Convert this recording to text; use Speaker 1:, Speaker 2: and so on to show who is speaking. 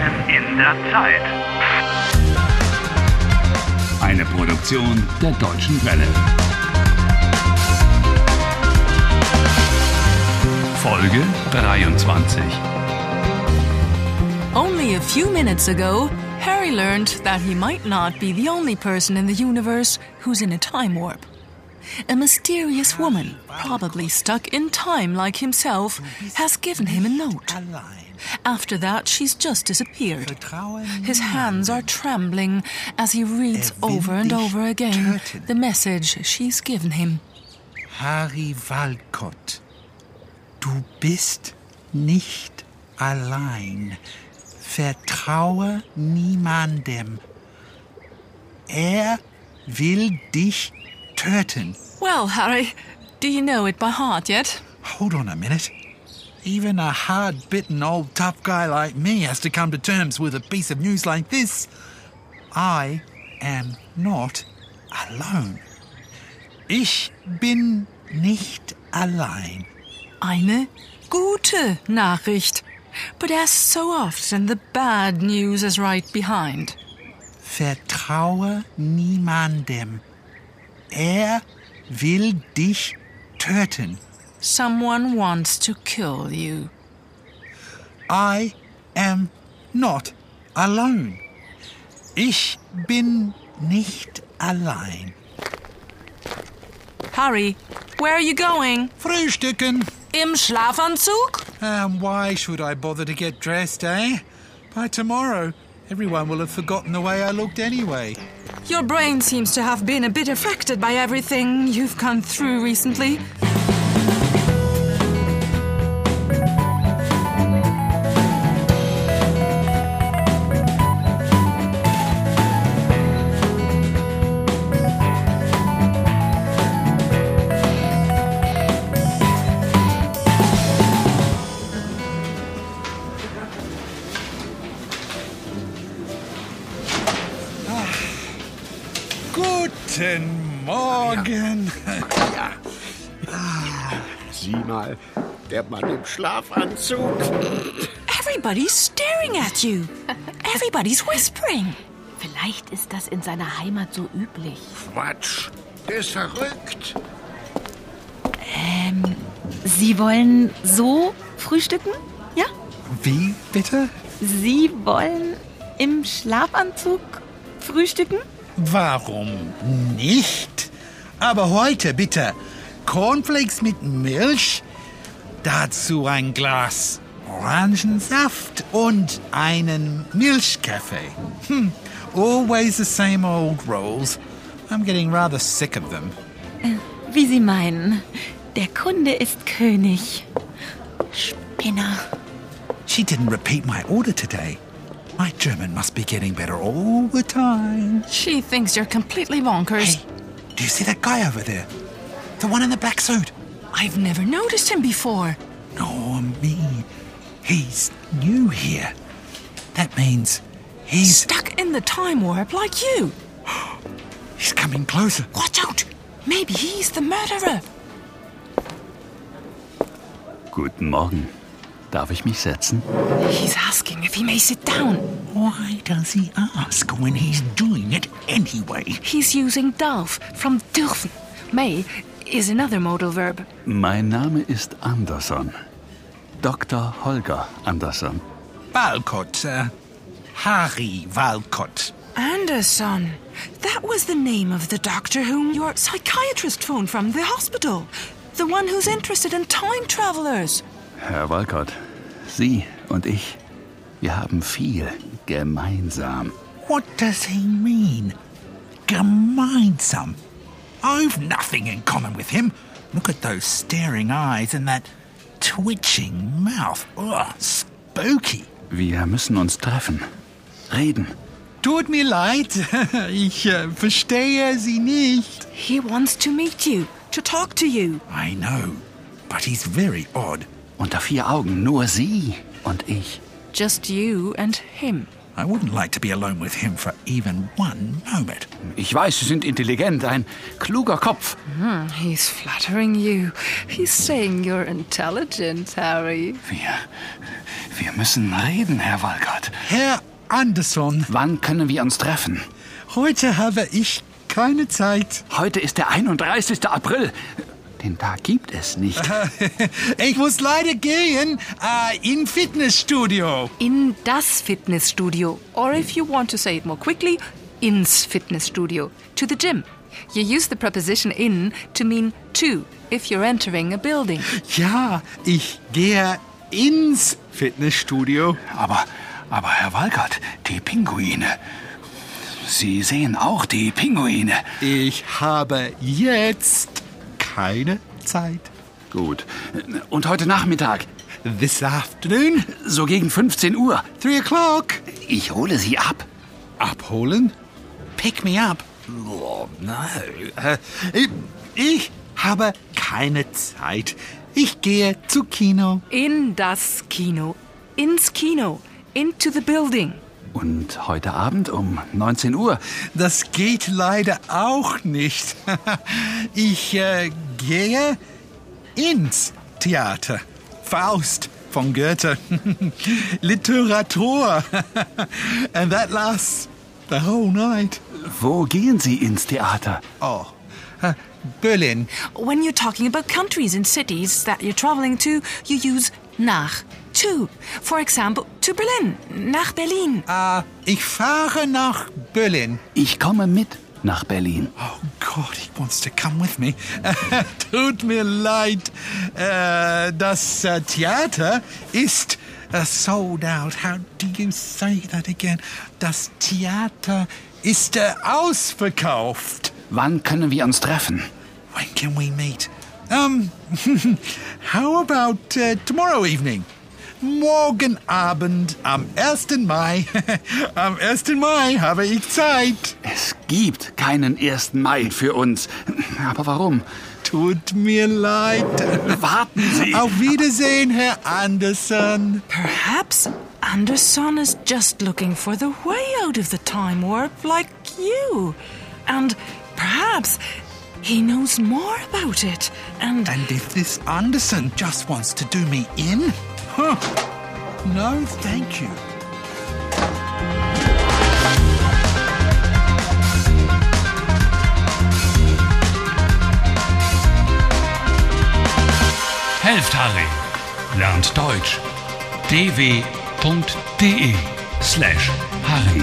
Speaker 1: der Zeit.
Speaker 2: Eine Produktion der Deutschen Welle. Folge 23.
Speaker 3: Only a few minutes ago, Harry learned that he might not be the only person in the universe who's in a time warp. A mysterious woman, probably stuck in time like himself, has given him a note.
Speaker 4: Allein.
Speaker 3: After that, she's just disappeared.
Speaker 4: Vertraue
Speaker 3: His hands are trembling as he reads over and over again the message she's given him.
Speaker 4: Harry Walcott, du bist nicht allein. Vertraue niemandem. Er will dich töten.
Speaker 3: Well, Harry, do you know it by heart yet?
Speaker 4: Hold on a minute. Even a hard bitten old tough guy like me has to come to terms with a piece of news like this. I am not alone. Ich bin nicht allein.
Speaker 3: Eine gute Nachricht. But as so often, the bad news is right behind.
Speaker 4: Vertraue niemandem. Er will dich töten.
Speaker 3: Someone wants to kill you.
Speaker 4: I am not alone. Ich bin nicht allein.
Speaker 3: Harry, where are you going?
Speaker 4: Frühstücken.
Speaker 3: Im Schlafanzug?
Speaker 4: And why should I bother to get dressed, eh? By tomorrow, everyone will have forgotten the way I looked anyway.
Speaker 3: Your brain seems to have been a bit affected by everything you've gone through recently.
Speaker 4: Guten Morgen.
Speaker 5: Sieh mal, der Mann im Schlafanzug.
Speaker 3: Everybody's staring at you. Everybody's whispering.
Speaker 6: Vielleicht ist das in seiner Heimat so üblich.
Speaker 5: Quatsch, der ist verrückt.
Speaker 6: Sie wollen so frühstücken? Ja?
Speaker 4: Wie bitte?
Speaker 6: Sie wollen im Schlafanzug frühstücken?
Speaker 4: Warum nicht? Aber heute bitte Cornflakes mit Milch, dazu ein Glas Orangensaft und einen Milchkaffee. Hm, always the same old rolls. I'm getting rather sick of them.
Speaker 6: Wie Sie meinen, der Kunde ist König. Spinner.
Speaker 4: She didn't repeat my order today. My German must be getting better all the time.
Speaker 3: She thinks you're completely bonkers.
Speaker 4: Hey, do you see that guy over there? The one in the black suit.
Speaker 3: I've never noticed him before.
Speaker 4: Nor me. He's new here. That means he's
Speaker 3: Stuck in the time warp like you.
Speaker 4: he's coming closer.
Speaker 3: Watch out! Maybe he's the murderer.
Speaker 2: Guten Morgen. Darf ich mich setzen?
Speaker 3: He's asking if he may sit down.
Speaker 4: Why does he ask when he's doing it anyway?
Speaker 3: He's using darf from dürfen. May is another modal verb.
Speaker 2: Mein Name ist Anderson. Dr. Holger Anderson.
Speaker 4: Walcott, uh, Harry Walcott.
Speaker 3: Anderson. That was the name of the doctor whom your psychiatrist phoned from the hospital. The one who's interested in time travelers.
Speaker 2: Herr Walcott, Sie und ich, wir haben viel gemeinsam.
Speaker 4: What does he mean? Gemeinsam. I've nothing in common with him. Look at those staring eyes and that twitching mouth. Ugh, spooky.
Speaker 2: Wir müssen uns treffen. Reden.
Speaker 4: Tut mir leid, ich äh, verstehe Sie nicht.
Speaker 3: He wants to meet you, to talk to you.
Speaker 4: I know, but he's very odd.
Speaker 2: Unter vier Augen nur Sie und ich.
Speaker 3: Just you and him.
Speaker 4: I wouldn't like to be alone with him for even one moment.
Speaker 2: Ich weiß, Sie sind intelligent, ein kluger Kopf.
Speaker 3: He's flattering you. He's saying you're intelligent, Harry.
Speaker 2: Wir, wir müssen reden, Herr Walcott.
Speaker 4: Herr Anderson.
Speaker 2: Wann können wir uns treffen?
Speaker 4: Heute habe ich keine Zeit.
Speaker 2: Heute ist der 31. April. Den Tag gibt es nicht.
Speaker 4: Ich muss leider gehen äh, in Fitnessstudio.
Speaker 3: In das Fitnessstudio. Or if you want to say it more quickly, ins Fitnessstudio. To the gym. You use the preposition in to mean to if you're entering a building.
Speaker 4: Ja, ich gehe ins Fitnessstudio.
Speaker 2: Aber, aber Herr Walkert, die Pinguine. Sie sehen auch die Pinguine.
Speaker 4: Ich habe jetzt keine Zeit.
Speaker 2: Gut. Und heute Nachmittag,
Speaker 4: This afternoon,
Speaker 2: so gegen 15 Uhr.
Speaker 4: 3 o'clock.
Speaker 2: Ich hole Sie ab.
Speaker 4: Abholen? Pick me up. Oh, nein. Äh, ich- Ich habe keine Zeit. Ich gehe zu Kino.
Speaker 3: In das Kino. Ins Kino. Into the building.
Speaker 2: Und heute Abend um 19 Uhr.
Speaker 4: Das geht leider auch nicht. Ich äh, gehe ins Theater. Faust von Goethe. Literatur. And that lasts the whole night.
Speaker 2: Wo gehen Sie ins Theater?
Speaker 4: Oh, äh, Berlin.
Speaker 3: When you're talking about countries and cities that you're traveling to, you use nach. To. For example, to Berlin. Nach Berlin.
Speaker 4: Äh, ich fahre nach Berlin.
Speaker 2: Ich komme mit nach Berlin.
Speaker 4: Oh Gott, he wants to come with me. Tut mir leid. Äh, das äh, Theater ist äh, sold out. How do you say that again? Das Theater ist äh, ausverkauft.
Speaker 2: Wann können wir uns treffen?
Speaker 4: When can we meet? Um, how about uh, tomorrow evening? Morgen Abend am 1. Mai. am 1. Mai habe ich Zeit.
Speaker 2: Es gibt keinen 1. Mai für uns. Aber warum?
Speaker 4: Tut mir leid.
Speaker 2: Warten Sie.
Speaker 4: Auf Wiedersehen, Herr Anderson.
Speaker 3: Perhaps Anderson is just looking for the way out of the time warp like you. And perhaps he knows more about it. And
Speaker 4: And if this Anderson just wants to do me in? Huh. No, thank you.
Speaker 1: Helft Harry. Lernt Deutsch. dw.de slash Harry.